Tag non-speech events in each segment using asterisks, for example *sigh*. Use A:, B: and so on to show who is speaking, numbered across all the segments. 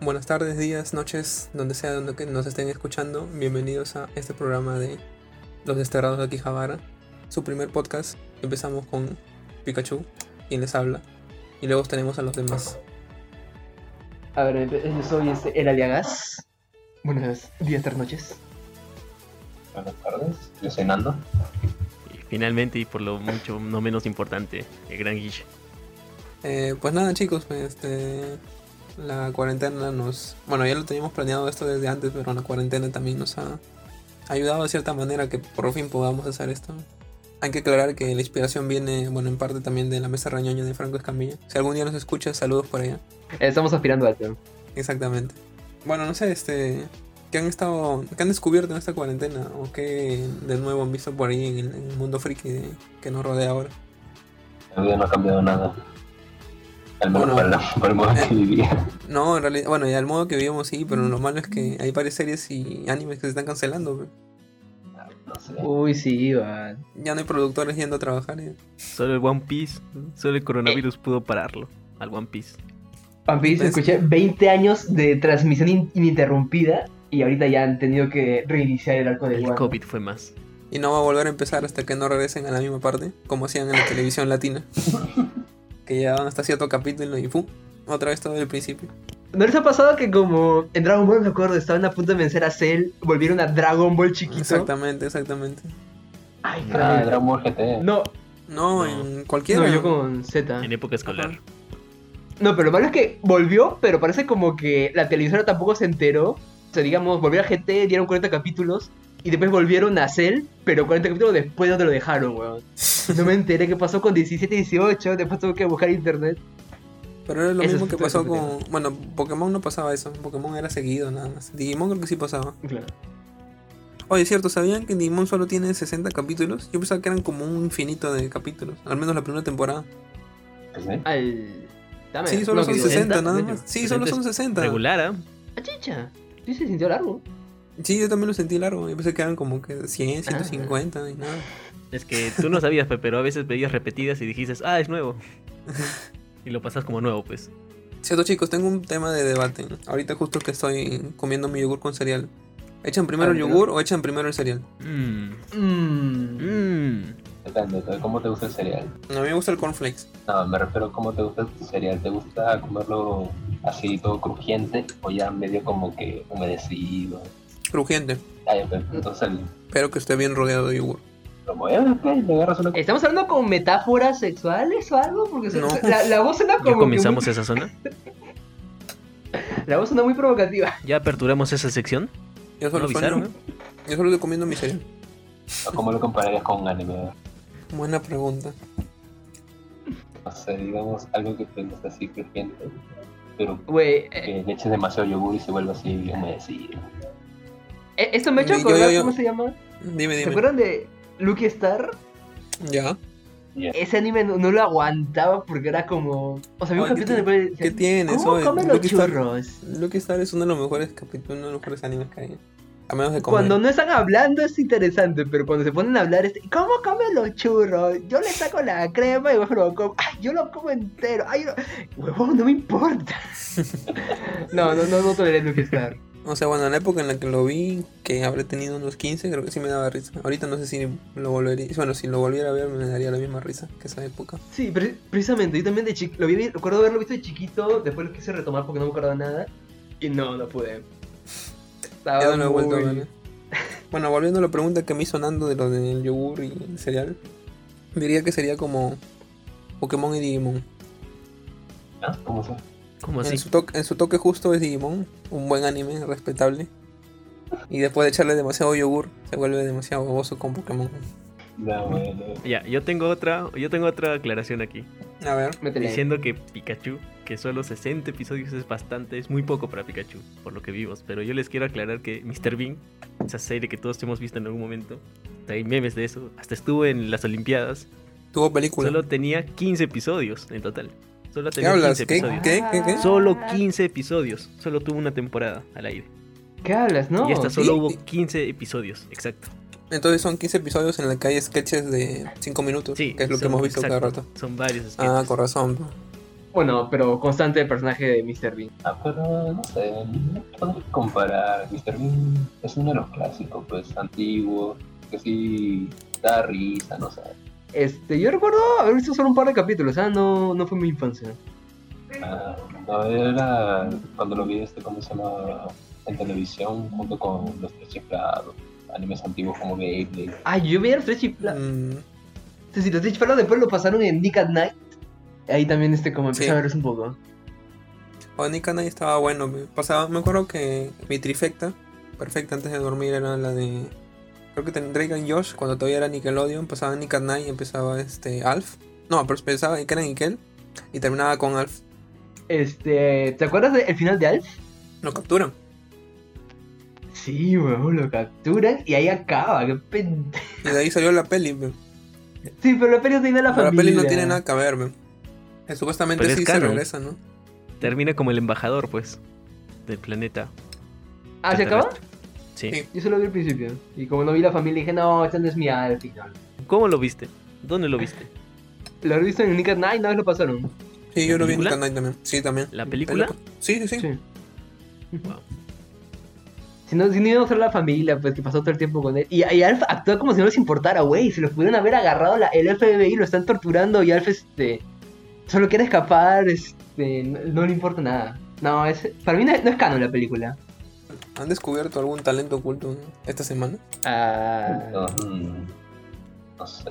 A: buenas tardes, días, noches, donde sea donde que nos estén escuchando. Bienvenidos a este programa de Los Desterrados de Quijabara, su primer podcast. Empezamos con Pikachu, quien les habla, y luego tenemos a los demás.
B: A ver, yo soy este, el Aliagas. Buenos días, tardes, noches.
C: Buenas tardes, yo soy Nando.
D: Y finalmente, y por lo mucho no menos importante, el gran Guille.
A: Eh, pues nada, chicos, este, la cuarentena nos. Bueno, ya lo teníamos planeado esto desde antes, pero la cuarentena también nos ha ayudado de cierta manera que por fin podamos hacer esto. Hay que aclarar que la inspiración viene, bueno, en parte también de la mesa rañoña de Franco Escamilla. Si algún día nos escuchas, saludos por allá.
B: Estamos aspirando al tema.
A: Exactamente. Bueno, no sé, este. ¿Qué han estado. ¿Qué han descubierto en esta cuarentena? ¿O qué de nuevo han visto por ahí en el, en el mundo friki de- que nos rodea ahora?
C: La vida no ha cambiado nada. Al menos
A: Bueno.
C: para, la- para el modo que vivía.
A: No, en realidad, bueno, ya el modo que vivimos sí, pero lo malo es que hay varias series y animes que se están cancelando. pe.
C: No sé.
B: Uy, sí, Iván.
A: Ya no hay productores yendo a trabajar. eh.
D: Solo el One Piece, ¿no? solo el coronavirus pudo pararlo. Al One Piece.
B: Papi,
A: Pues-
B: escuché 20 años de transmisión in- ininterrumpida y ahorita ya han tenido que reiniciar el arco de
D: El
B: Iván.
D: COVID fue más.
A: Y no va a volver a empezar hasta que no regresen a la misma parte, como hacían en la televisión
B: *laughs*
A: latina. que llegaban hasta cierto capítulo y ¡pum! Otra vez todo del principio.
B: ¿No les ha pasado que como en Dragon Ball, me acuerdo, estaban a punto de vencer a Cell, volvieron a Dragon Ball chiquito?
A: Exactamente, exactamente.
B: Ay,
C: Ah,
B: Fran.
C: Dragon Ball GT.
B: No,
A: No,
D: No.
A: en cualquiera.
B: no, yo con Z.
D: En época escolar.
A: Ajá.
B: No, pero lo malo es que volvió, pero parece como que la televisora tampoco se enteró. O sea, digamos, volvió a GT, dieron 40 capítulos y después volvieron a Cell, pero 40 capítulos después no te lo dejaron, weón. No me enteré qué pasó con 17 y 18, después tuve que buscar internet.
A: Pero era lo
B: Eso
A: mismo
B: sí
A: que
B: estoy
A: pasó con.
B: completamente.
A: Bueno, Pokémon no pasaba eso. Pokémon era seguido nada más. Digimon creo que sí pasaba.
B: Claro.
A: Oye, cierto, ¿sabían que Digimon solo tiene 60 capítulos? Yo pensaba que eran como un infinito de capítulos, al menos la primera temporada.
C: Pues, ¿eh?
B: Al. Dame.
A: Sí, solo
B: no,
A: son
B: que-
A: 60
D: 60,
A: nada
D: ¿en
A: más.
D: serio?
A: Sí, solo son 60.
D: Regular, ¿ah?
B: Ah, chicha. Sí, se sintió largo.
A: Sí, yo también lo sentí largo. Yo pensé que eran como que 100, 150 y nada.
D: Es que tú no sabías, pe, pero a veces veías repetidas y dijiste, ah, es nuevo. Y lo pasas como nuevo, pues.
A: Cierto, chicos, tengo un tema de debate. Ahorita justo que estoy comiendo mi yogur con cereal. ¿Echan primero el
B: Ah,
A: yogur o echan primero el cereal?
D: Mmm.
B: Mmm.
D: Mmm.
C: Depende, ¿tú- ¿cómo te gusta el cereal?
A: A mí me gusta el cornflakes.
C: No, me refiero a cómo te gusta el cereal. ¿Te gusta comerlo así todo crujiente o ya medio como que humedecido?
A: Crujiente,
C: Ah, ya, pues, entonces el-
A: pero que esté bien rodeado de yogur.
C: lo mueves, pues, le agarras una...
B: ¿Estamos hablando con metáforas sexuales o algo? Porque se-
A: No.
B: la, la voz suena como.
D: Ya
B: que
D: comenzamos esa zona.
B: muy- la voz suena muy provocativa.
D: Ya aperturamos esa sección.
A: Yo
D: No
A: solo,
D: avisaron,
A: sueño- yo solo le comiendo mi cereal.
C: ¿Cómo lo compararías con un anime?
A: Buena pregunta.
C: No sé, digamos algo que te gusta así crujiente, pero
B: Güey, eh,
C: que le eches demasiado yogur y se vuelve así humedecido.
B: eh, esto me ha hecho
A: Yo- yo-
B: acordar,
A: yo-
B: ¿cómo se llama?
A: Dime,
B: ¿Se
A: dime.
B: acuerdan de Lucky Star?
A: Ya.
C: Ya.
B: Ese anime no, no lo aguantaba porque era como. O sea, había
A: Oye,
B: un
A: Ah, ¿qué
B: capítulo
A: tiene-
B: de.
A: ¿Qué tienes?
B: ¿Cómo
A: oye?
B: comen los
A: Lucky Star-
B: churros?
A: Lucky Star es uno de los mejores capítulos, uno de los mejores animes que hay. A menos de comer.
B: Cuando no están hablando es interesante, pero cuando se ponen a hablar es. ¿Cómo comen los churros? Yo le saco la crema y bueno, lo como. ¡Ay, yo lo como entero! ¡Ay, yo lo- huevón, no me
A: *laughs*
B: importa! no, no, no, no toleré Lucky Star.
A: O sea, bueno, en la época en la que lo vi, que habré tenido unos 15, creo que sí me daba risa. Ahorita no sé si lo volvería. Bueno, si lo volviera a ver, me daría la misma risa que esa época.
B: Sí, pre- precisamente, yo también de chiquito, lo vi, recuerdo haberlo visto de chiquito, después lo quise retomar porque no me acordaba nada, y no, no pude. Estaba
A: Ya no lo he vuelto a
B: muy-
A: ver. ¿eh? Bueno, volviendo a la pregunta que me hizo Nando de lo del yogur y el cereal, diría que sería como Pokémon y Digimon.
C: ¿no? ¿Cómo se?
D: ¿Cómo
A: En
D: así?
A: su, toque, en su toque justo es Digimon, un buen anime, respetable. Y después de echarle demasiado yogur, se vuelve demasiado boboso con Pokémon.
C: No, bueno.
D: Ya, yo tengo otra, yo tengo otra aclaración aquí.
A: A ver,
B: Métele.
D: Diciendo que Pikachu, que solo 60 episodios es bastante, es muy poco para Pikachu, por lo que vimos. Pero yo les quiero aclarar que Mr. Bean, esa serie que todos hemos visto en algún momento, hay memes de eso, hasta estuvo en las Olimpiadas,
A: tuvo película.
D: solo tenía 15 episodios en total. Solo
A: ¿Qué
D: tenía
A: hablas?
D: 15
A: ¿Qué,
D: episodios.
A: qué, qué, qué?
D: Solo 15 episodios, solo tuvo una temporada al aire.
B: ¿Qué hablas, no?
D: y esta solo
A: ¿sí?
D: hubo 15 episodios, exacto.
A: Entonces son 15 episodios en la que hay sketches de 5 minutos,
D: Sí,
A: que es lo que
D: son-
A: hemos visto cada
D: exacto,
A: rato.
D: Son varios.
A: Ah,
D: sketches.
A: con razón.
B: Bueno, pero constante el personaje de Mr. Bean.
C: Ah, pero no sé, no podría comparar. Mr. Bean es uno de los clásicos, pues antiguo, que sí da risa, no sé.
B: Este, yo recuerdo haber visto solo un par de capítulos, ah, no, no fue mi infancia.
C: Ah, no, era cuando lo vi, este, ¿cómo se llama? En televisión, junto con los tres chiflados, animes antiguos como Beyblade.
B: Ah, yo vi a los tres chiflados.
A: Mm,
B: Si los tres chiflados después lo pasaron en Nick at Night. Ahí también este como empecé
A: Sí.
B: a verlos un poco.
A: o Nikanai estaba bueno. me Pasaba, me acuerdo que mi trifecta, perfecta antes de dormir, era la de. Creo que ten- Drake and Josh, cuando todavía era Nickelodeon, pasaba Nick at Night y empezaba este Alf. No, pero empezaba que era Nickel y terminaba con Alf.
B: Este, ¿te acuerdas del final de Alf?
A: Lo capturan.
B: Sí, weón, lo capturan y ahí acaba, qué pende...
A: Y de ahí salió la peli. me.
B: Sí, pero la peli no tiene la
A: Pero la
B: familia.
A: peli no tiene nada que ver. me. Eh, Supuestamente
D: Pero es
A: sí se
D: canon.
A: regresa, ¿no?
D: Termina como el embajador, pues, del planeta.
B: Ah, ¿se acaba?
D: Sí.
A: Sí.
B: Yo solo vi al principio. Y como no vi la familia, dije, no, este no es mi Alf. y no.
D: ¿Cómo lo viste? ¿Dónde lo viste?
B: Lo he visto en Nick at Night, una vez lo pasaron.
A: Sí, yo
D: ¿La
A: lo vi en
D: película?
A: Nick at Night también. Sí, también.
D: ¿La película?
A: Sí, sí, sí.
B: Sí.
D: Wow.
B: Si no, si no iba a ser la familia, pues que pasó todo el tiempo con él. Y, y Alf actúa como si no les importara, güey. Si los pudieron haber agarrado la, el FBI, lo están torturando y Alf, este. Solo quiere escapar, este. No, no le importa nada. No, es, para mí no, no es canon la película.
A: ¿Han descubierto algún talento oculto esta semana?
B: Ah.
C: Entonces, mm, no sé.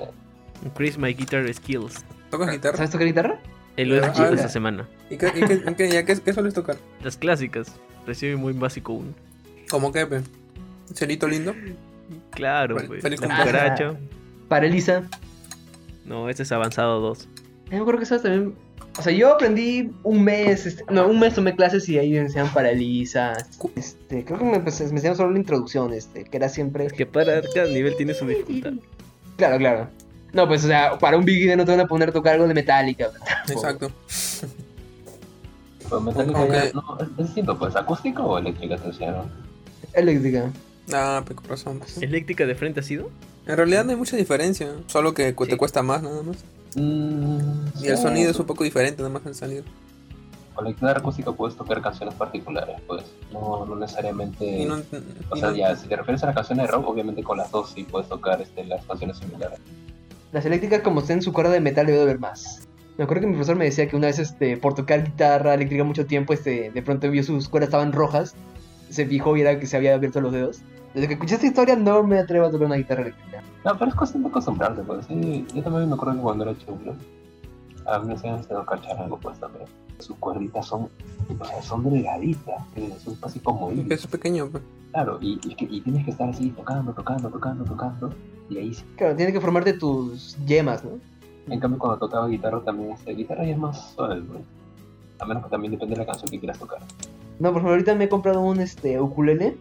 D: Increase my guitar skills.
A: ¿Tocas guitarra?
B: ¿Sabes tocar guitarra?
D: Él lo he
A: Ah,
D: escuchado
A: ya.
D: esta semana.
A: ¿Y qué, y qué, y qué- ya qué- qué sueles tocar?
D: Las clásicas. Recibe muy básico uno.
A: ¿Cómo qué, pe? ¿Celito lindo?
D: Claro,
A: Fel-
D: pues.
A: feliz
D: La
B: cumpleaños.
D: cucaracha.
B: Para Elisa.
D: No, este es avanzado 2.
B: Yo creo que eso también. O sea, yo aprendí un mes, este, no, un mes tomé clases y ahí me enseñaban para Elisa. Este, creo que me, pues, me enseñaron solo la introducción, este, que era siempre.
D: Es que para cada nivel tiene su dificultad.
B: Claro, claro. No, pues, o sea, para un beginner no te van a poner a tocar algo de Metallica.
A: Exacto.
C: Pero Metallica
A: Ok.
C: ya- no, es distinto, pues, acústico o eléctrica te enseñaron.
B: Eléctrica.
A: Ah, pe, con razón. pues.
D: ¿Eléctrica de frente ha sido?
A: En realidad no hay mucha diferencia. Solo que cu- te
D: Sí.
A: cuesta más, nada más.
C: Mm,
A: Y el
C: sí,
A: sonido es un poco diferente, nada más al salir.
C: Con la guitarra acústica puedes tocar canciones particulares, pues. No, no necesariamente.
A: Y no,
C: O
A: y
C: sea,
A: no-
C: ya, si te refieres a las canciones de rock, obviamente con las dos sí puedes tocar este, las canciones similares.
B: Las eléctricas, como estén en su cuerda de metal, debe de haber más. Me acuerdo que mi profesor me decía que una vez, este, por tocar guitarra eléctrica mucho tiempo, este, de pronto vio sus cuerdas estaban rojas, se fijó y era que se había abierto los dedos. Desde que escuché esta historia, no me atrevo a tocar una guitarra eléctrica.
C: No, pero es cuestión de acostumbrarte, pues. Sí, yo también me acuerdo que cuando era chulo, a mí me enseñaron a tocar charango, pues también. Sus cuerditas son, o sea, son delgaditas, que son casi como
A: y
C: hilos.
A: Es pequeño, pe.
C: Claro, y, y, que- y tienes que estar así tocando, tocando, tocando, tocando. Y ahí sí.
B: Claro, tienes que formarte tus yemas, ¿no?
C: En cambio, cuando tocaba guitarra también, este, guitarra ya es más suave, pues. A menos que también depende de la canción que quieras tocar.
B: No, por ejemplo, ahorita me he comprado un este ukulele.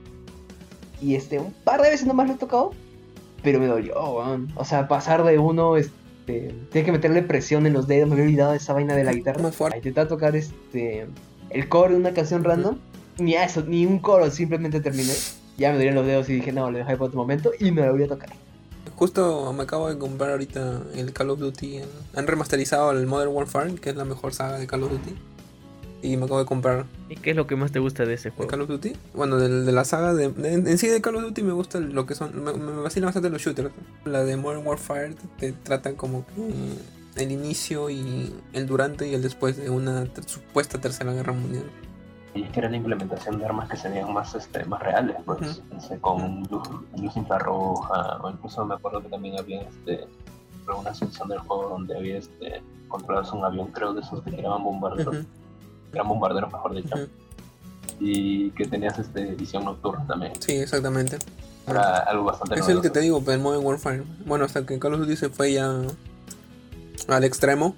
B: Y este, un par de veces nomás lo he tocado. Pero me dolió, weón. O sea, pasar de uno, este. Tienes que meterle presión en los dedos. Me había olvidado de esa vaina de la guitarra.
A: Más fuerte.
B: Ahí Intentar tocar este. El coro de una canción random. Ni a eso, ni un coro, simplemente terminé. Ya me dolían los dedos y dije, no, lo dejaré para otro momento. Y no lo voy a tocar.
A: Justo me acabo de comprar ahorita el Call of Duty. el- Han remasterizado el Modern Warfare, que es la mejor saga de Call of Duty. Y me acabo de comprar
D: ¿Y qué es lo que más te gusta de ese
A: el
D: juego?
A: Call of Duty. Bueno, del- de, la saga de, de- En sí de Call of Duty me gusta lo que son... Me, me vacilan bastante los shooters. La de Modern Warfare te, te trata como que mm, el inicio y el durante y el después de una ter- supuesta tercera guerra mundial.
C: Y es que era la implementación de armas que se veían más, este, más reales, pues, este, con luz, luz infrarroja, o incluso me acuerdo que también había este, una sección del juego donde había este, controlabas un avión, creo, de esos que tiraban bombarderos,
A: Ujú,
C: eran bombarderos mejor dicho,
A: ujú.
C: y que tenías este, visión nocturna también.
A: Sí, exactamente.
C: Era algo bastante
A: Es el
C: novedoso.
A: que te digo, pues, el Modern Warfare. Bueno, hasta que Call of Duty se fue ya al extremo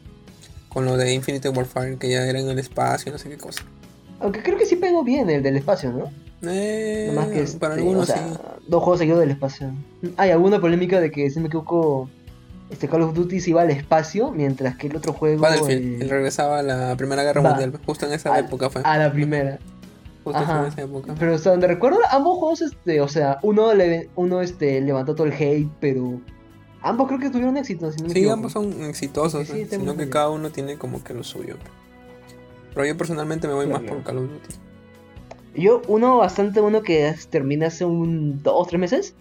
A: con lo de Infinite Warfare, que ya era en el espacio, no sé qué cosa.
B: Aunque creo que sí pegó bien el del espacio, ¿no?
A: Eh,
B: Nada más que este,
A: para algunos
B: o sea,
A: sí.
B: dos juegos seguidos del espacio. Hay alguna polémica de que, si me equivoco, este Call of Duty se iba al espacio, mientras que el otro juego.
A: Battlefield,
B: eh,
A: él regresaba a la Primera Guerra
B: Va.
A: Mundial, justo en esa
B: A-
A: época fue.
B: a la primera.
A: justo
B: ajá.
A: fue en esa época.
B: Pero hasta donde recuerdo, ambos juegos, este, o sea, uno, le- uno este, levantó todo el hate, pero ambos creo que tuvieron éxito. Si no me
A: Sí,
B: equivoco.
A: ambos son exitosos,
B: Sí, sí,
A: eh,
B: tengo
A: sino que
B: entendido.
A: cada uno tiene como que lo suyo. Pero yo personalmente me voy
B: Sí,
A: más
B: bien.
A: por Call of Duty.
B: Yo, uno bastante bueno que as- termina hace un dos o tres meses.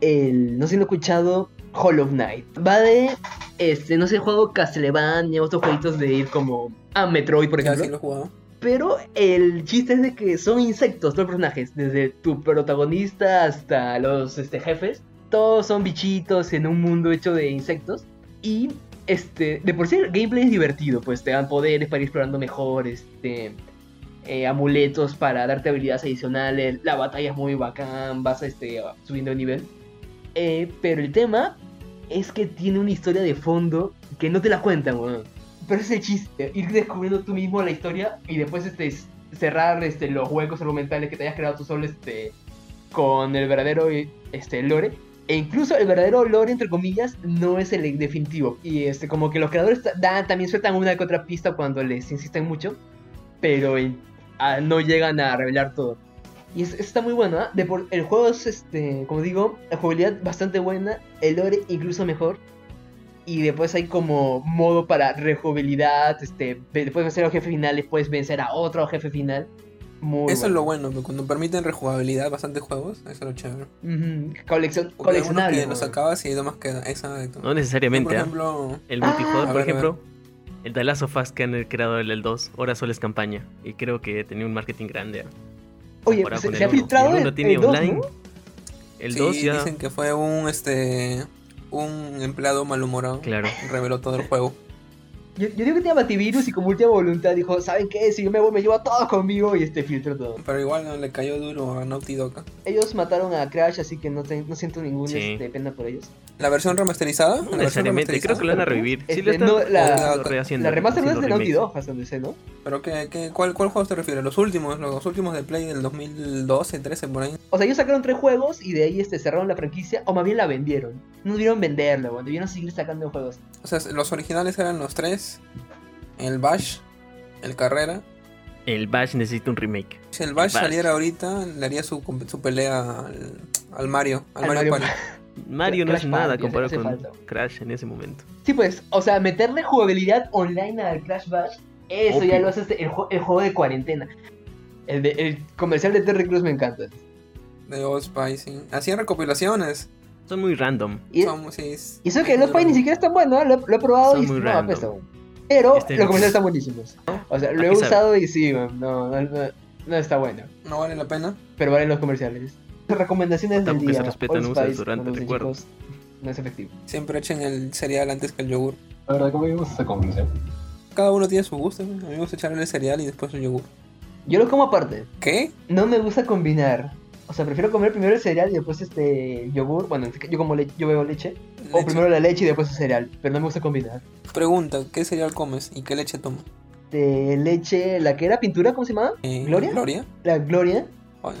B: El, no sé si lo he escuchado, Hollow Knight. Va de, este, no sé, juego Castlevania, otros jueguitos de ir como a Metroid, por
A: Ya
B: ejemplo.
A: sí lo he jugado.
B: Pero el chiste es de que son insectos todos los personajes, desde tu protagonista hasta los este, jefes. Todos son bichitos en un mundo hecho de insectos. Y este, de por sí el gameplay es divertido, pues te dan poderes para ir explorando mejor, este, eh, amuletos para darte habilidades adicionales. La batalla es muy bacán, vas este, subiendo de nivel. Eh, pero el tema es que tiene una historia de fondo que no te la cuentan, weón. Pero ese es el chiste, ir descubriendo tú mismo la historia y después este, s- cerrar este, los huecos argumentales que te hayas creado tú solo este, con el verdadero eh, este, lore. E incluso el verdadero lore, entre comillas, no es el definitivo. Y este, como que los creadores ta- dan, también sueltan una que otra pista cuando les insisten mucho, pero eh, ah, no llegan a revelar todo. Y es- está muy bueno, ¿ah? De por- el juego es, este, como digo, la jugabilidad bastante buena, el lore incluso mejor y después hay como modo para rejugabilidad, este, ve- después de vencer a los jefes finales, puedes vencer a otro jefe final. Muy
A: eso es lo bueno, que cuando permiten rejugabilidad bastantes juegos, eso es lo chévere.
B: lo Colección,
A: Porque hay algunos
B: coleccionable.
A: que los
B: weón.
A: acabas y hay demás que esa de
D: No
A: Yo,
D: necesariamente,
A: por
D: ¿ah?
A: ejemplo,
D: El
B: Ah,
D: multijugador,
A: a
D: por
A: ver, a
D: ejemplo, el The Last of Us que han creado el, el 2, ahora solo es campaña. Y creo que tenía un marketing grande. ¿ah?
B: Oye,
D: comparado
B: se,
D: con
B: se ha
D: uno.
B: filtrado
D: el
B: el,
D: 1 tiene
B: el dos,
D: online.
B: ¿no?
D: El
A: sí,
D: 2 ya.
A: dicen que fue un este un empleado malhumorado.
D: Claro.
A: Reveló todo el juego.
B: Yo, yo digo que tenía Bativirus y como última voluntad dijo, ¿saben qué? Si yo me voy, me llevo a todos conmigo y este filtro todo.
A: Pero igual no le cayó duro a Naughty Dog.
B: Ellos mataron a Crash, así que no, te- no siento ninguna
D: Sí.
B: este, pena por ellos.
A: ¿La versión remasterizada?
D: No
A: ¿La versión
D: necesariamente, creo
A: remasterizada?
D: que lo van a revivir. Sí,
B: Este,
D: lo están
B: no, la-
D: rehaciendo.
B: La remaster no es
D: haciendo
B: de Naughty
D: remakes.
B: Dog, hasta donde sé, ¿no?
A: ¿Pero qué, qué- cuál, cuál juego te refieres? ¿Los últimos? ¿Los últimos de Play del 2012, 13 por ahí?
B: O sea, ellos sacaron tres juegos y de ahí este, cerraron la franquicia, o más bien la vendieron. No debieron venderla, weón, debieron seguir sacando juegos.
A: O sea, los originales eran los tres. El Bash, el Carrera.
D: El Bash necesita un remake.
A: Si el Bash,
D: Bash.
A: saliera ahorita, le haría su, com- su pelea al, al Mario. Al,
B: Al
A: Mario,
B: Mario.
A: Party.
D: Mario no
B: Crash
D: es nada
B: Bandicoot,
D: comparado
B: hace
D: con
B: falta.
D: Crash en ese momento.
B: Sí, pues, o sea, meterle jugabilidad online al Crash Bash, eso
D: Obvio.
B: ya lo hace este- el, ju- el juego de cuarentena. El, de- el comercial de Terry Cruz me encanta.
A: De Old Spice. sí. Hacían recopilaciones.
D: Son muy random.
B: Y,
A: Son- sí, es-
B: y eso que los
A: muy
B: Pie ni siquiera es tan bueno, ¿eh? lo, he- lo he probado
D: Son
B: y
D: muy
B: no,
D: random.
B: apesta, weón. Pero
D: Este
B: los
D: no.
B: comerciales están buenísimos. O sea, lo he
D: Aquí sabe.
B: usado y sí, weón, no, no, no, no está bueno.
A: No vale la pena.
B: Pero valen los comerciales. Recomendaciones del
D: Otaku que
B: día.
D: se respeta,
B: Old
D: no usa
B: Spice,
D: desodorante,
B: cuando los
D: recuerda.
B: chicos, No es efectivo.
A: Siempre echen el cereal antes que el yogur.
C: La verdad, ¿cómo llegamos a esa conclusión?
A: Ah, Cada uno tiene su gusto. ¿no? A mí me gusta echarle el cereal y después el yogur.
B: Yo lo como aparte.
A: ¿Qué?
B: No me gusta combinar. O sea, prefiero comer primero el cereal y después este yogur. Bueno, yo como le- yo bebo leche. O
A: Leche.
B: primero la leche y después el cereal. Pero no me gusta combinar.
A: Pregunta, ¿qué cereal comes y qué leche tomas?
B: De leche, la que era pintura, ¿cómo se llamaba?
A: Eh,
B: ¿Gloria?
A: ¿Gloria?
B: La Gloria.
A: Bueno,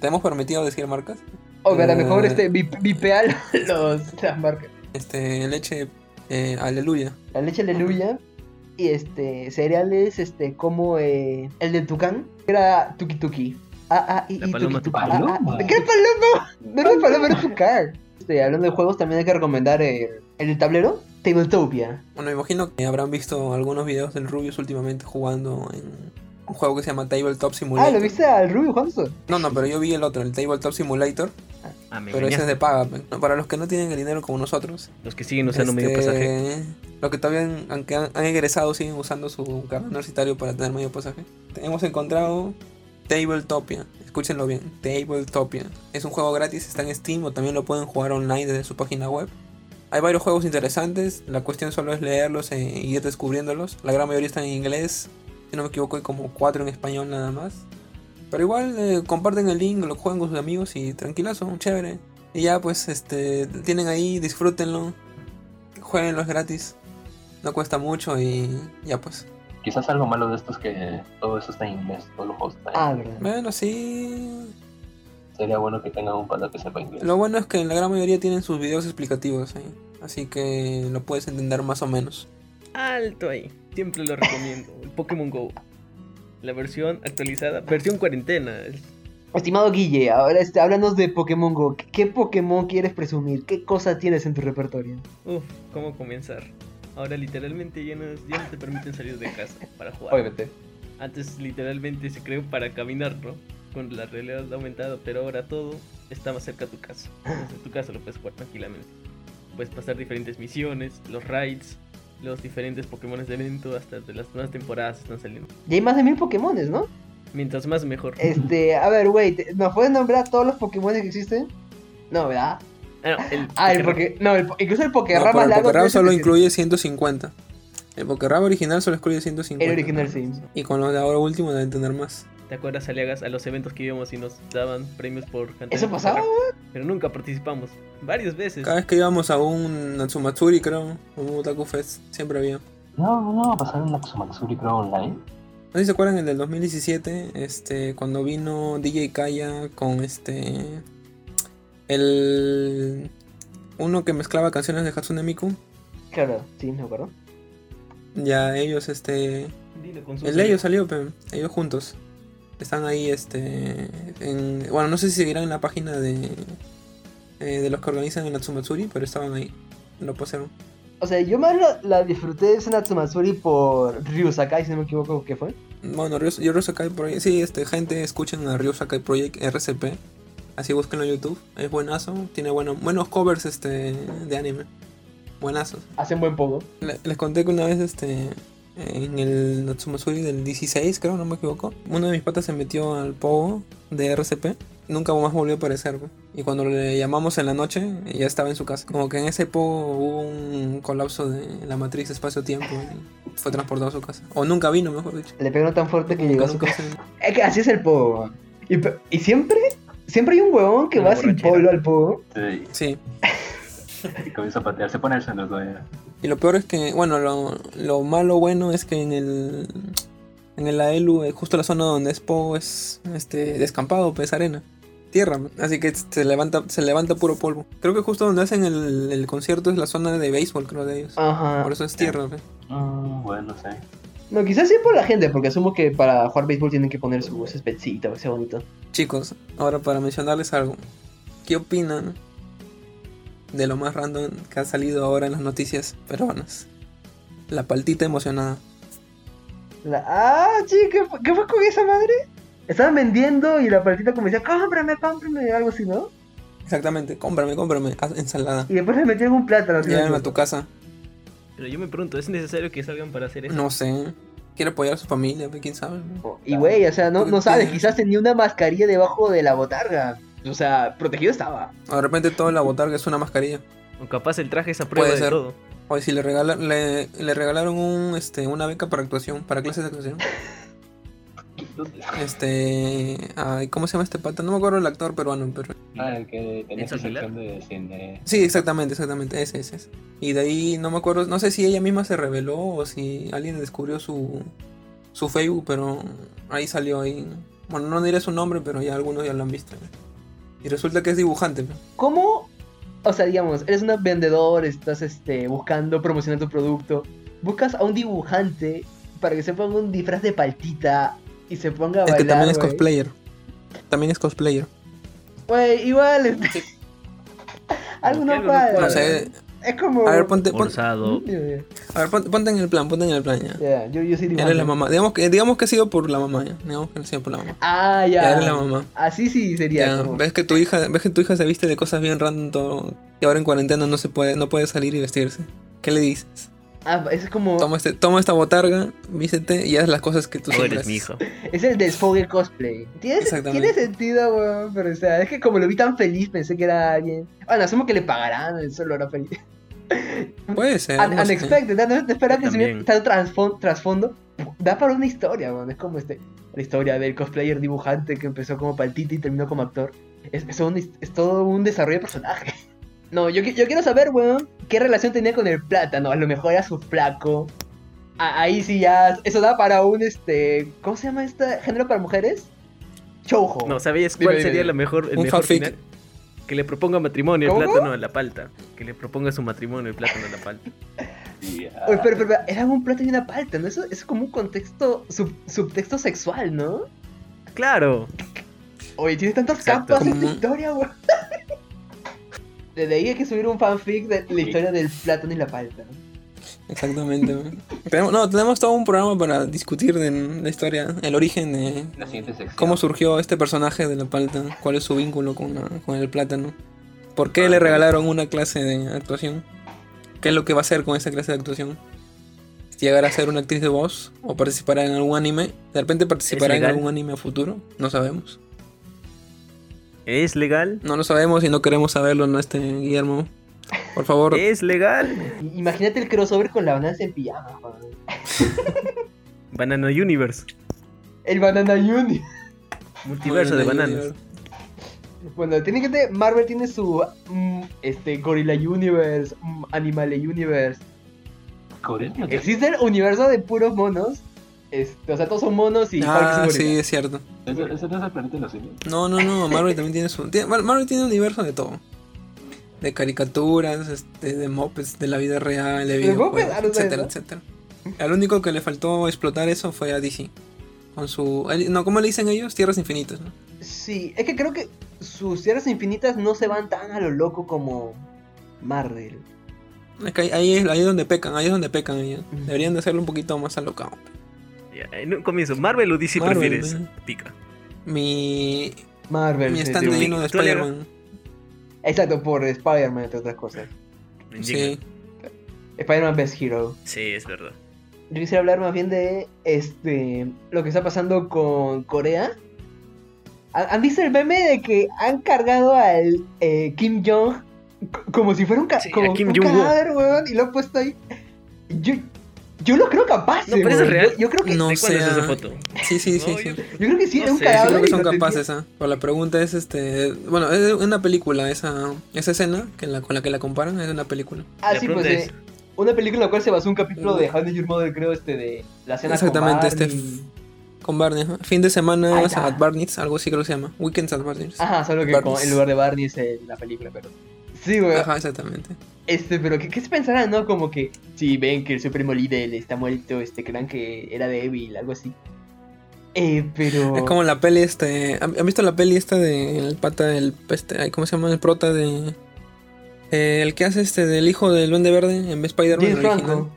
A: ¿Te hemos permitido decir marcas?
B: O a lo
A: Eh.
B: mejor este bip- bipear *laughs* los, las marcas.
A: Este, leche, eh, aleluya.
B: La leche aleluya. Y este, cereales, este, como eh, el de Tucán, que era Tuki Tuki. Ah, ah, y,
D: La
B: y
D: paloma
B: tuki, tuki.
C: Tucán.
B: Ah, ah,
C: Paloma.
B: ¿Qué paloma? No era paloma, era Tucán. Este, hablando de juegos, también hay que recomendar eh, el, del tablero, Tabletopia.
A: Bueno, me imagino que habrán visto algunos videos del Rubius últimamente jugando en un juego que se llama Tabletop Simulator.
B: Ah, ¿lo viste al Rubio Hanson?
A: No, no, pero yo vi el otro, el Tabletop Simulator,
D: Ah, me
A: pero ese es
D: engañaste.
A: de paga. pe. No, Para los que no tienen el dinero como nosotros,
D: Los que siguen usando medio
A: este,
D: pasaje.
A: Los que todavía han, aunque han, han egresado siguen usando su carnet universitario para tener medio pasaje. Hemos encontrado Tabletopia. Escúchenlo bien, Tabletopia. Es un juego gratis, está en Steam o también lo pueden jugar online desde su página web. Hay varios juegos interesantes, la cuestión solo es leerlos e ir descubriéndolos. La gran mayoría están en inglés, si no me equivoco hay como cuatro en español nada más. Pero igual eh, comparten el link, lo juegan con sus amigos y tranquilazo, chévere. Y ya pues este tienen ahí, disfrútenlo jueguenlo es gratis. No cuesta mucho y ya pues.
C: Quizás algo malo de esto es que todo eso está en inglés, todos los juegos están en
B: Ah, verdad.
A: Bueno, sí.
C: inglés. Sería bueno que tengan un pata que sepa inglés.
A: Lo bueno es que la gran mayoría tienen sus videos explicativos ahí. Así que lo puedes entender más o menos.
D: Alto ahí. Siempre lo
A: *laughs*
D: recomiendo. El Pokémon Go. La versión actualizada. Versión cuarentena.
B: Estimado Guille, ahora este, háblanos de Pokémon Go. ¿Qué- ¿Qué Pokémon quieres presumir? ¿Qué cosa tienes en tu repertorio?
D: Uf, ¿cómo comenzar? Ahora literalmente ya no, ya no te permiten salir de casa para jugar.
B: Obviamente.
D: Antes literalmente se creó para caminar, ¿no? Con la realidad aumentada, pero ahora todo está más cerca a tu casa. Desde tu casa lo puedes jugar tranquilamente. Puedes pasar diferentes misiones, los raids, los diferentes Pokémon de evento, hasta de las nuevas temporadas están saliendo.
B: Y hay más de mil Pokémones, ¿no?
D: Mientras más mejor.
B: Este, a ver, güey, ¿te- ¿nos puedes nombrar todos los Pokémon que existen? No, ¿verdad?
D: Ah, no, el
B: Ah, el
D: Poké-
B: Poké... No, el po- incluso el Poké
A: No,
B: Rama
A: pero el
B: largo
A: Pokerrab
B: tiene
A: solo
B: 700.
A: incluye 150. El Pokerrab original solo incluye 150.
B: El original Sims.
A: Y con los de ahora último deben tener más.
D: ¿Te acuerdas, Aliagas, a los eventos que íbamos y nos daban premios por cantar?
B: ¿Eso
D: en
B: pasaba,
D: Pokémon?
B: güey?
D: Pero nunca participamos. Varias veces.
A: Cada vez que íbamos a un Natsumatsuri, creo, o un Otaku Fest, siempre había.
C: No, no, pasaron la Kusumatsuri creo online.
A: No sé si se acuerdan el del 2017, este, cuando vino DJ Kaya con este. El. Uno que mezclaba canciones de Hatsune Miku.
B: Claro, sí, me acuerdo.
A: Ya ellos, este.
D: Dilo con sus
A: El de ellos salió, pe, ellos juntos. Están ahí, este. En, bueno, no sé si seguirán en la página de. eh, de los que organizan el Natsumatsuri, pero estaban ahí. Lo posearon.
B: O sea, yo más la, la disfruté de ese Natsumatsuri por Ryusakai, si no me equivoco, ¿qué fue?
A: Bueno, Ryu- Ryu Sakai Project. Sí, este, gente, escuchen a Ryu Sakai Project RCP. Así búsquenlo en YouTube. Es buenazo. Tiene bueno, buenos covers este, de anime. Buenazos.
B: Hacen buen poco.
A: Le- Les conté que una vez este en el Natsumasuri del 16, creo, no me equivoco, uno de mis patas se metió al pogo de RCP. Nunca más volvió a aparecer. ¿no? Y cuando le llamamos en la noche, ya estaba en su casa. Como que en ese pogo hubo un colapso de la matriz espacio-tiempo y fue transportado a su casa. O nunca vino, mejor dicho.
B: Le pegaron tan fuerte que llegó
A: Nunca,
B: a su
A: nunca
B: casa.
A: se-
B: Es que así es el pogo. weón. Y, pe- y siempre, siempre hay un huevón que
D: Una
B: va sin
D: borrachera.
B: polo al pogo.
C: Sí,
A: Sí.
C: y comienza a patear, se pone el centro todavía.
A: Y lo peor es que, bueno, lo, lo malo bueno es que en el en el AELU, eh, justo la zona donde es Pogo es este descampado, pues arena, tierra, así que se levanta se levanta puro polvo. Creo que justo donde hacen el, el concierto es la zona de béisbol, creo de ellos.
B: Ajá.
A: Por eso es tierra, pues.
C: Mm, bueno, sí.
B: No, quizás sí por la gente, porque asumo que para jugar béisbol tienen que poner su especita, que sea bonito.
A: Chicos, ahora para mencionarles algo. ¿Qué opinan de lo más random que ha salido ahora en las noticias peruanas? La paltita emocionada.
B: La- Ah, sí, ¿qué, fue- qué fue con esa madre? Estaban vendiendo y la partita como decía, cómprame, cómprame, algo así, ¿no?
A: Exactamente, cómprame, cómprame, haz ensalada.
B: Y después le metieron un plátano. si no me
A: Llévame a tu
B: equivoco.
A: casa.
D: Pero yo me pregunto, ¿es necesario que salgan para hacer eso?
A: No sé. Quiere apoyar a su familia, pe, quién sabe.
B: Y güey, o sea, no, no
A: Porque-
B: sabes, quizás tenía una mascarilla debajo de la botarga. O sea, protegido estaba.
A: O de repente toda la botarga es una mascarilla.
D: O capaz el traje es a prueba
A: Puede
D: de
A: ser.
D: todo.
A: O si le, regala- le, le regalaron un, este, una beca para actuación, para clases de actuación. Este. ay, ¿Cómo se llama este pata? No me acuerdo el actor peruano, pero.
C: Ah, el que tenía
D: ¿Enzo
C: su
D: Aguilar?
C: sección de cine.
A: Sí, exactamente, exactamente. Ese, ese, ese. Y de ahí no me acuerdo. No sé si ella misma se reveló o si alguien descubrió su, su Facebook, pero ahí salió ahí. Bueno, no diré su nombre, pero ya algunos ya lo han visto. Y resulta que es dibujante. pues. pe.
B: ¿Cómo? O sea, digamos, eres un vendedor, estás este, buscando promocionar tu producto. Buscas a un dibujante para que se ponga un disfraz de paltita y se ponga a
A: Es
B: bailar.
A: que también es
B: güey.
A: cosplayer. También es cosplayer.
B: Güey, igual. este, *laughs* algo no
D: Algo no
B: cuadra.
A: No
D: cuadra.
A: sé.
B: Es como.
A: A ver, *laughs* ponte, pon-
D: Forzado.
B: Dios mío.
A: a ver, ponte, ponte en el plan, ponte en el plan ya.
B: Ya, yo, yo soy
A: Eres
B: dibujante.
A: la mamá. Digamos que, digamos que ha sido por la mamá ya. Digamos que ha sido por la mamá.
B: Ah,
A: Ya,
B: ya.
A: eres la mamá.
B: Así sí sería.
A: Ya,
B: como-
A: ves que tu hija, ves que tu hija se viste de cosas bien random todo, y ahora en cuarentena no se puede, no puede salir y vestirse. ¿Qué le dices?
B: Ah, es como.
A: Toma este, toma esta botarga, vístete y haz las cosas que tú
D: Tú
A: siempre
D: eres mi
A: haces.
D: hijo.
B: Es el desfogue cosplay. Tiene,
A: Exactamente.
B: tiene sentido, weón. Pero, o sea, es que como lo vi tan feliz, pensé que era alguien. Bueno, asumo que le pagarán, él solo era feliz.
A: Puede ser.
B: Un-
A: no sé.
B: unexpected, ¿no? no te esperas
D: Yo
B: que si bien
D: también.
B: está trasfondo, trasfondo, da para una historia, weón. Es como este, la historia del cosplayer dibujante que empezó como paltita y terminó como actor. Es, es un- es todo un desarrollo de personaje. *laughs* No, yo, qui- yo quiero saber, weón, qué relación tenía con el plátano. A lo mejor era su flaco. A- ahí sí ya. Eso da para un, este. ¿Cómo se llama este género para mujeres? Shoujo.
D: No, ¿sabías
B: Dime,
D: cuál
B: dime,
D: sería
B: dime.
D: la mejor, el
A: Un
D: mejor
A: fanfic.
D: final? Que le proponga matrimonio el
B: ¿Cómo?
D: plátano a la palta. Que le proponga su matrimonio el plátano a la palta.
C: Y, ah,
B: Oye, pero, pero, pero, era un plátano y una palta, ¿no? Eso eso es como un contexto, sub- subtexto sexual, ¿no?
D: ¡Claro!
B: Oye, tiene tantas
D: Exacto.
B: capas esta
A: Ujú.
B: historia, *laughs* weón. Desde ahí hay que subir un fanfic de la historia del plátano y la palta.
A: Exactamente. man. Tenemos- no, tenemos todo un programa para discutir de la historia, el origen de
C: La siguiente sección.
A: cómo surgió este personaje de la palta, cuál es su vínculo con, la- con el plátano, por
D: Ah,
A: qué le regalaron una clase de actuación, qué es lo que va a hacer con esa clase de actuación, llegar a ser una actriz de voz o participará en algún anime, de repente participará en
D: legal?
A: algún anime a futuro, no sabemos.
D: ¿Es legal?
A: No lo sabemos y no queremos saberlo, no este Guillermo. Por
D: *laughs*
A: favor,
D: ¿Es legal?
B: I- Imagínate el crossover con la banana en pijama, joder.
D: Banana Universe.
B: El Banana Uni.
D: Multiverso de bananas.
B: *laughs* Bueno, tiene gente, Marvel tiene su mm, este Gorilla Universe, mm, Animal Universe.
C: Coreano, ¿qué?
B: Existe el universo de puros monos. Este, o sea, todos son monos y Hulk
A: Ah,
B: es un
A: sí,
B: gorila.
A: es cierto.
C: ¿Ese ese no es el planeta de los *laughs* simios?
A: No, no, no, Marvel también tiene su... tiene- Mar- Marvel tiene un universo de todo. De caricaturas, este, de mopeds, de la vida real, de
B: ¿De mopeds?
A: videojuegos,
B: Ah, no sabía,
A: etcétera,
B: ¿no?
A: etcétera. Al único que le faltó explotar eso fue a DC. Con su... el- No, ¿cómo le dicen ellos? Tierras infinitas, ¿no?
B: Sí, es que creo que sus tierras infinitas no se van tan a lo loco como Marvel.
A: Es que ahí, ahí es ahí es donde pecan, ahí es donde pecan ellos.
B: Ujú.
A: Deberían de hacerlo un poquito más alocado.
D: Ya, en un comienzo, ¿Marvel o DC
A: Marvel,
D: prefieres?
A: ¿no?
D: Pica.
A: Mi...
B: Marvel.
A: Mi
B: sí,
A: stand
B: sí.
D: sí.
A: lleno de
D: Tú le-
A: Spider-Man.
B: Exacto, por Spider-Man, entre otras cosas.
D: Me
A: Sí.
D: llega.
B: Spider-Man Best Hero.
D: sí, es verdad.
B: Yo quisiera hablar más bien de este lo que está pasando con Corea. ¿Ha- ¿Han visto el meme de que han cargado al eh, Kim Jong co- como si fuera un, ca-
D: Sí, a
B: como
D: Kim
B: un
D: Jong-un.
B: cadáver, weón? Y lo han puesto ahí. Yo, yo lo creo capaz.
D: No, pero eso
B: weón.
D: es real.
B: Yo, yo creo que,
A: No
D: ¿De cuándo es
A: sé,
D: esa
A: ah,
D: foto?
A: Sí, sí, sí,
D: No,
A: sí.
D: yo-
B: yo creo que sí
D: no
B: era un
D: sé,
A: Sí,
B: cadáver.
A: creo que
B: y
A: son
B: lo tenía-
A: capaces, ¿ah? Pero la pregunta es, este... Bueno, es una película esa, esa escena que la, con la que la comparan, es una película.
B: Ah,
D: La
B: sí, pues
D: pregunta
B: eh,
D: es- Uh.
B: una película en la cual se basó un capítulo de How I Met Your Mother, creo, este de la cena
A: Exactamente,
B: con
A: este
B: Barney.
A: Con Barney, ajá. Fin de semana
B: Ahí está. Ah,
A: at Barney's, algo así creo que se llama. Weekends at Barney's.
B: Ajá, solo que
A: Barney.
B: con- en lugar de Barney es eh, la película, pero... Sí, weón.
A: Ajá, exactamente.
B: Este, pero ¿qué, qué se pensarán, no? Como que si ven que el supremo líder está muerto, este, crean que era débil, algo así. Eh, pero...
A: Es como la peli este... ¿Han han visto la peli esta de el pata del... Este, ay, ¿Cómo se llama? El prota de... eh, el que hace este del hijo del Duende Verde en Spider-Man
B: James
A: original.
B: Franco.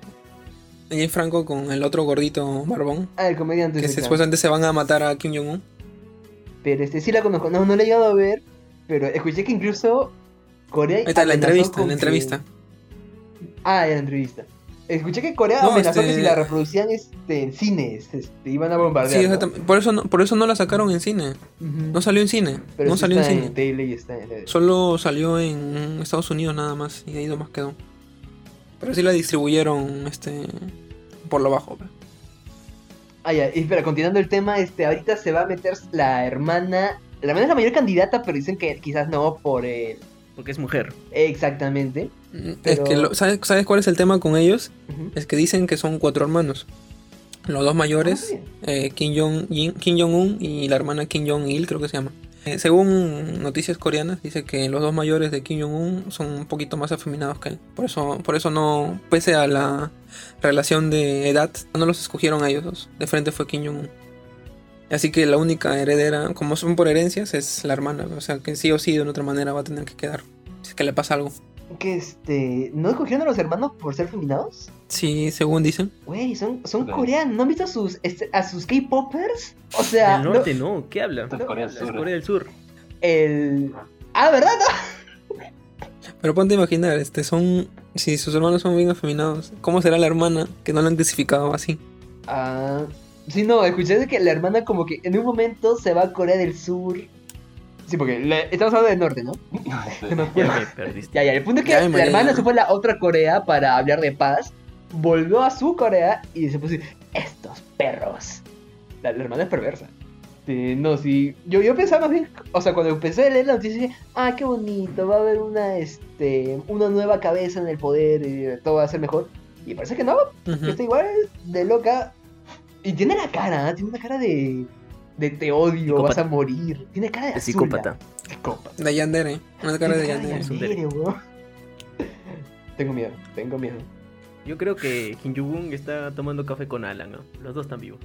A: James Franco con el otro gordito barbón.
B: Ah, el comediante.
A: Que
B: ese,
A: se-
B: claro.
A: supuestamente se van a matar a Kim Jong-un.
B: Pero este, sí la conozco. No, no la he llegado a ver, pero escuché que incluso Corea...
A: Ahí está la
B: amenazó
A: entrevista,
B: con
A: la
B: que-
A: entrevista.
B: Ah, era la entrevista. Escuché que Corea
A: No,
B: amenazó que
A: este-
B: si la reproducían este, en cines, este, iban a bombardear.
A: Sí,
B: ¿no?
A: exactamente. Por eso, no, por eso no la sacaron en cine.
B: Ujú.
A: No salió en cine.
B: Pero
A: no
B: sí
A: salió en
B: está
A: cine.
B: en tele y está en...
A: Solo salió en Estados Unidos nada más y de ahí nomás quedó. Pero sí la distribuyeron este por lo bajo. pues.
B: Ah, ya, y espera, continuando el tema, este, ahorita se va a meter la hermana. La hermana es la mayor candidata, pero dicen que quizás no por él.
D: Porque es mujer.
B: Exactamente.
A: Es
B: Pero-
A: que lo- ¿sabes, ¿Sabes cuál es el tema con ellos?
B: Ujú.
A: Es que dicen que son cuatro hermanos. Los dos mayores,
B: Ah,
A: eh, Kim Jong- Jin- Kim Jong-un y la hermana Kim Jong-il, creo que se llama. Eh, según noticias coreanas, dice que los dos mayores de Kim Jong-un son un poquito más afeminados que él. Por eso, por eso no, pese a la relación de edad, no los escogieron a ellos dos. De frente fue Kim Jong-un. Así que la única heredera, como son por herencias, es la hermana. O sea que sí o sí, de una otra manera va a tener que quedar. Si es que le pasa algo.
B: bien. Que este. ¿No escogieron a los hermanos por ser feminados?
A: Sí, según dicen.
B: Güey, son, son
C: Ok.
B: coreanos. ¿No han visto a sus, este, a sus K-popers? O sea.
D: Del
B: no-
D: norte, no. ¿Qué habla?
C: Esto es Corea del
D: Es
C: Sur.
D: Corea del Sur.
B: el. Ah, ¿verdad? *laughs* No.
A: Pero ponte a imaginar, este, son. Si sus hermanos son bien afeminados, ¿cómo será la hermana que no la han clasificado así?
B: Ah. Sí, no, escuché de que la hermana, como que en un momento se va a Corea del Sur. Sí, porque la- estamos hablando del norte, ¿no?
C: Este,
B: No me
D: Ya
B: acuerdo.
D: me perdiste.
B: Ya, ya, el punto es que
A: Ya me
B: la
A: mareé,
B: hermana
A: ¿no?
B: se fue a la otra Corea para hablar de paz, volvió a su Corea y se puso estos perros. La, la hermana es perversa. Sí, no, sí, yo, yo pensaba más bien, o sea, cuando empecé a leer la noticia, dije, ah, qué bonito, va a haber una, este, una nueva cabeza en el poder y todo va a ser mejor. Y parece que no,
A: Ujú.
B: que está igual de loca. Y tiene la cara, ¿eh? tiene una cara de, de te odio, vas
D: Psicópata.
B: a morir. Tiene cara de
D: Es
B: azul,
D: psicópata.
B: la Psicópata.
A: De Yandere, una cara de
B: Tiene
A: Yandere.
D: Es un
B: Yandere, weón. Tengo miedo, tengo miedo.
D: Yo creo que Kim Jong-un está tomando café con Alan. ¿no? Los dos están vivos.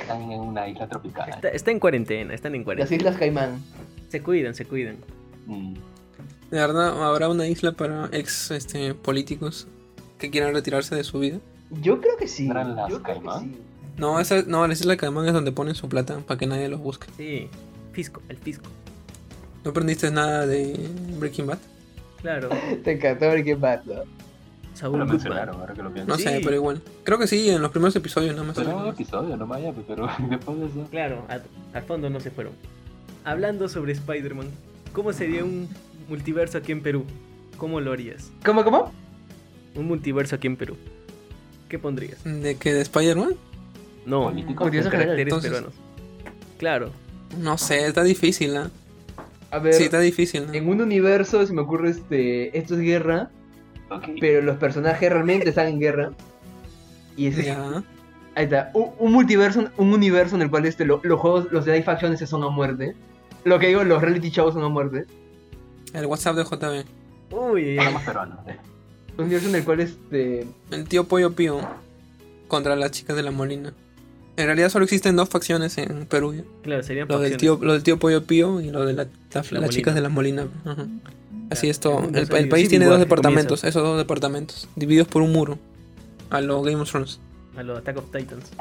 C: Están en una isla tropical.
D: Está, está en cuarentena, están en
B: Las
D: cuarentena.
B: Islas Caimán.
D: Se cuidan, se cuidan.
C: Mm.
A: De verdad, habrá una isla para ex este, políticos que quieran retirarse de su vida.
B: Yo creo que sí.
C: ¿Eran las
B: yo creo que
C: Caimán?
B: sí.
A: No, esa, no, la isla Caimán es donde ponen su plata para que nadie los busque.
D: Sí, fisco, el fisco.
A: ¿No aprendiste nada de Breaking Bad? *laughs*
D: Claro,
B: *laughs* Te encantó Breaking Bad, ¿no?
C: No
D: Saúl
C: lo
D: Goodman.
C: mencionaron, ahora que lo pienso.
A: No
D: Sí.
A: sé, pero igual. Creo que sí, en los primeros episodios nada más.
C: Pero era un episodio, no vaya, pero *laughs* después de eso.
D: Claro, a- al fondo no se fueron. Hablando sobre Spider-Man, ¿cómo sería un multiverso aquí en Perú? ¿Cómo lo harías?
B: ¿Cómo, cómo?
D: Un multiverso aquí en Perú. ¿Qué pondrías?
A: ¿De que ¿De Spider-Man?
D: No,
A: Mm,
C: Político.
B: Multiverso
D: con
B: general.
D: caracteres
A: entonces.
D: peruanos. Claro,
A: No sé, está difícil, ¿ah?
B: A ver,
A: Sí, está difícil, ¿no?
B: en un universo se me ocurre este. Esto es guerra,
C: Ok.
B: pero los personajes realmente están en guerra. Y ese,
A: Ya.
B: ahí está. Un, un multiverso, un universo en el cual este, lo- los juegos, los de live action esos son a muerte. Lo que digo, los reality shows son a muerte.
A: El WhatsApp de JB.
D: Uy,
A: Ah,
C: Hablamos peruano. ¿eh?
B: Un universo en el cual este.
A: El tío Pollo Pío contra las chicas de la Molina. En realidad solo existen dos facciones en Perú. ¿ya?
D: claro, serían
A: Lo del
D: facciones.
A: tío, lo del tío Pollo Pío y lo de la- la-
D: La
A: las chicas
D: Molina.
A: de la Molina. Ajá. Así es todo. El,
D: Entonces,
A: el
D: sí,
A: país
D: sí,
A: tiene
D: igual
A: dos
D: que
A: departamentos, esos dos departamentos, divididos por un muro. A lo Game of Thrones,
D: A los Attack of Titans.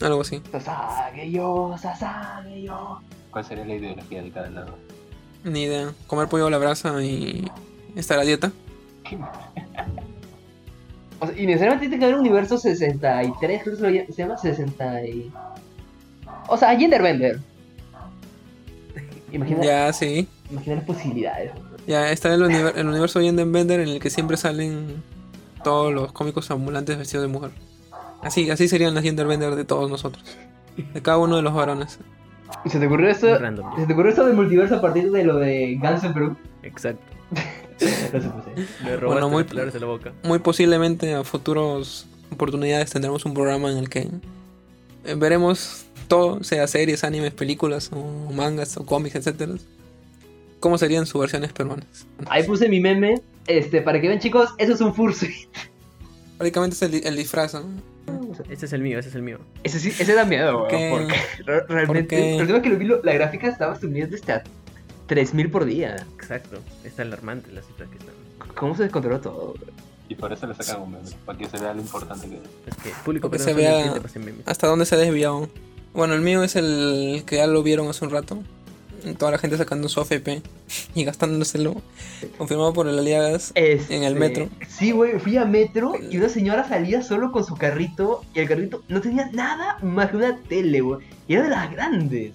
A: algo así.
B: Sasage yo, Sasage yo.
C: ¿Cuál sería la ideología de cada lado?
A: Ni idea. Comer pollo a la brasa y estar a dieta.
C: ¿Qué más?
B: O sea, y necesariamente tiene que haber un universo 63, creo que se lo llama- se llama 60. y- O sea, Genderbender. Imagina,
A: Ya, sí.
B: imagina las posibilidades.
A: Ya está el, univer- el universo Yenden Bender en el que siempre salen todos los cómicos ambulantes vestidos de mujer. Así, así serían las Yenden Bender de todos nosotros. De cada uno de los varones.
B: ¿Y se te ocurrió
D: Muy
B: eso?
D: Random.
B: ¿Se te ocurrió eso del multiverso a partir de lo de Guns N' Perú?
D: Exacto.
B: *laughs* Lo supuse.
D: Le robaste
A: Bueno, muy-
D: las palabras de la boca.
A: Muy posiblemente a futuros oportunidades tendremos un programa en el que eh, veremos todo, sea series, animes, películas, o mangas, o cómics, etcétera. ¿Cómo serían sus versiones peruanas?
B: Ahí puse mi meme. Este, para que vean chicos, eso es un fursuit.
A: Prácticamente es el, di- el disfraz, ¿no?
D: Ese es el mío, ese es el mío.
B: *laughs* Ese sí, ese da miedo, weón,
A: Que-
B: porque re- realmente.
A: Porque-
B: El tema es que lo vi, lo- la gráfica estaba subiendo hasta 3000 por día.
D: Exacto. Es alarmante las cifras que están.
B: ¿Cómo se descontroló todo?
C: Y por eso le sacan un meme, para que se vea lo importante que es.
D: Es que el público
A: Porque
D: peruano
A: se
D: solo
A: vea-
D: entiende pues, en memes.
A: ¿Hasta dónde se ha desviado? Bueno, el mío es el que ya lo vieron hace un rato. Toda la gente sacando su AFP *laughs* y gastándoselo. Confirmado por el Aliagas.
B: Este,
A: En el metro.
B: Sí, güey, fui a metro y una señora salía solo con su carrito y el carrito no tenía nada más que una tele, güey. Y era de las grandes.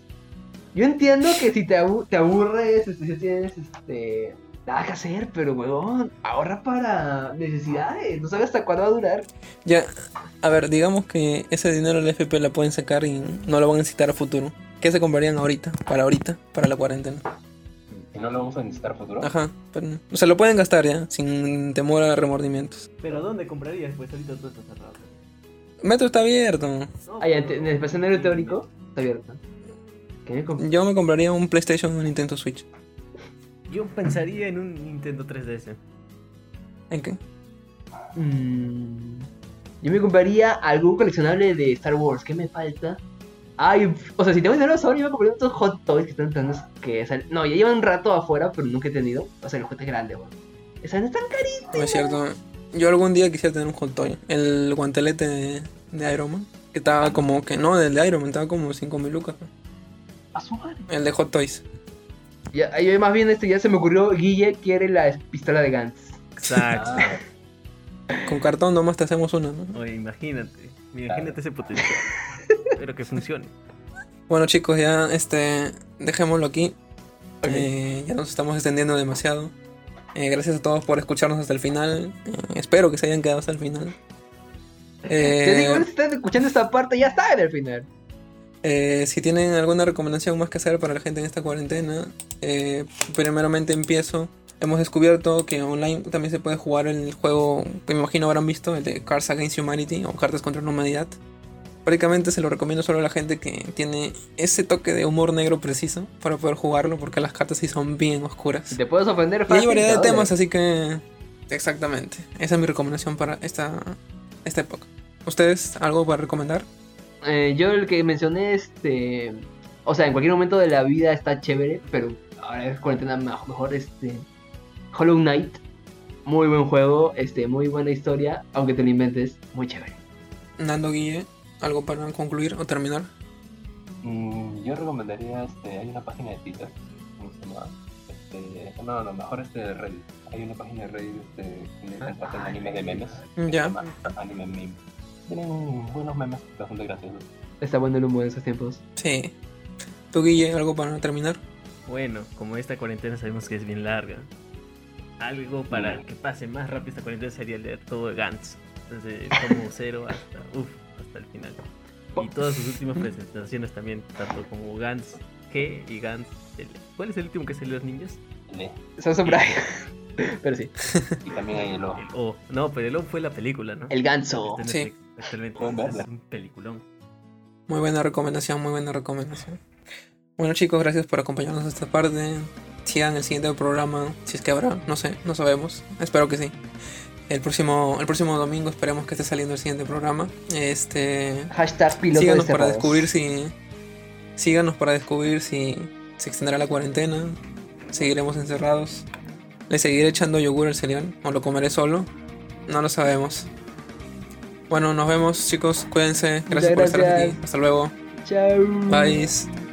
B: Yo entiendo que si te, abu- te aburres, este, si tienes este, nada que hacer, pero, weón, ahorra para necesidades. No sabes hasta cuándo va a durar.
A: Ya, a ver, digamos que ese dinero del AFP la pueden sacar y no lo van a necesitar a futuro. ¿Qué se comprarían ahorita? Para ahorita, para la cuarentena.
C: ¿Y no lo vamos a necesitar a futuro?
A: Ajá. pero- o sea, lo pueden gastar ya, sin temor a remordimientos.
D: Pero ¿dónde comprarías? Pues ahorita todo está cerrado.
A: El metro está abierto.
B: Allá Ah, en el estacionario teórico está abierto. ¿Qué me compré?
A: Yo me compraría un PlayStation o un Nintendo Switch.
D: Yo pensaría en un Nintendo 3DS.
A: ¿En qué?
B: Mm, yo me compraría algún coleccionable de Star Wars. ¿Qué me falta? Ay, o sea, si tengo dinero sobre, yo me compraría estos hot toys que están tan. Que sal- No, ya llevan un rato afuera, pero nunca he tenido. O sea, el juguete es grande, weón. O sea, no están caros.
A: No es cierto. Yo algún día quisiera tener un hot toy. El guantelete de, de Iron Man. Que estaba como que. No, del de Iron Man estaba como 5 mil lucas.
C: A su madre.
A: El de Hot Toys.
B: Ya, ahí más bien, este ya se me ocurrió. Guille quiere la es- pistola de Gantz.
D: Exacto.
C: Ah,
A: Con cartón nomás te hacemos una, ¿no?
D: Oye, imagínate. Imagínate ese potencial. Espero que funcione.
A: Bueno, chicos, ya este. Dejémoslo aquí. Eh, ya nos estamos extendiendo demasiado. Eh, gracias a todos por escucharnos hasta el final. Eh, espero que se hayan quedado hasta el final.
B: Te digo,
A: Eh,
B: si están escuchando esta parte, ya está en el final.
A: Eh, si tienen alguna recomendación más que hacer para la gente en esta cuarentena, eh, primeramente empiezo. Hemos descubierto que online también se puede jugar el juego que me imagino habrán visto, el de Cards Against Humanity o Cartas contra la Humanidad. Prácticamente se lo recomiendo solo a la gente que tiene ese toque de humor negro preciso para poder jugarlo, porque las cartas sí son bien
B: Si
A: oscuras.
B: te puedes
A: Y
B: ofender,
A: hay
B: fácil,
A: variedad de
B: te
A: temas,
B: odio.
A: así que. Exactamente. Esa es mi recomendación para esta, esta época. ¿Ustedes algo para recomendar?
B: Eh, yo el que mencioné, este. O sea, en cualquier momento de la vida está chévere, pero ahora es cuarentena ma- mejor, este. Hollow Knight. Muy buen juego, este, muy buena historia, aunque te lo inventes, muy chévere.
A: Nando Guille, ¿algo para concluir o terminar?
C: Mm, yo recomendaría, este, hay una página de Twitter, ¿cómo se llama? Este, no, no, mejor este de Reddit. Hay una página de Reddit este, que comparten animes de memes.
A: Ya.
C: se llama Anime Meme. Tienen buenos memes bastante graciosos.
B: Está bueno el humo en esos tiempos.
A: Sí. ¿Tú, Guille, algo para terminar?
D: Bueno, como esta cuarentena sabemos que es bien larga, algo para que pase más rápido esta cuarentena sería leer todo de Gantz. Desde como cero hasta, uf, hasta el final. Y todas sus últimas presentaciones también, tanto como Gantz G y Gantz L. ¿Cuál es el último que salió los niños?
C: Le-
A: *laughs*
B: Son sombras. Pero sí.
C: Y también hay el O.
D: El O. No, pero el O fue la película, ¿no?
B: El ganso.
D: Está en
A: Sí.
D: Netflix actualmente.
C: Pueden verla.
D: Es un peliculón.
A: Muy buena recomendación, muy buena recomendación. Bueno chicos, gracias por acompañarnos a esta parte. Sigan el siguiente programa, si es que habrá, no sé, no sabemos. Espero que sí. El próximo, el próximo domingo esperemos que esté saliendo el siguiente programa. Este,
B: Hashtag piloto
A: síganos para
B: desterrados.
A: descubrir si, síganos para descubrir si se extenderá la cuarentena. Seguiremos encerrados. Le seguiré echando yogur al cereal o lo comeré solo. No lo sabemos. Bueno, nos vemos chicos. Cuídense.
B: Muchas
A: Gracias por estar aquí.
B: gracias.
A: Hasta luego.
B: Chao.
A: Bye.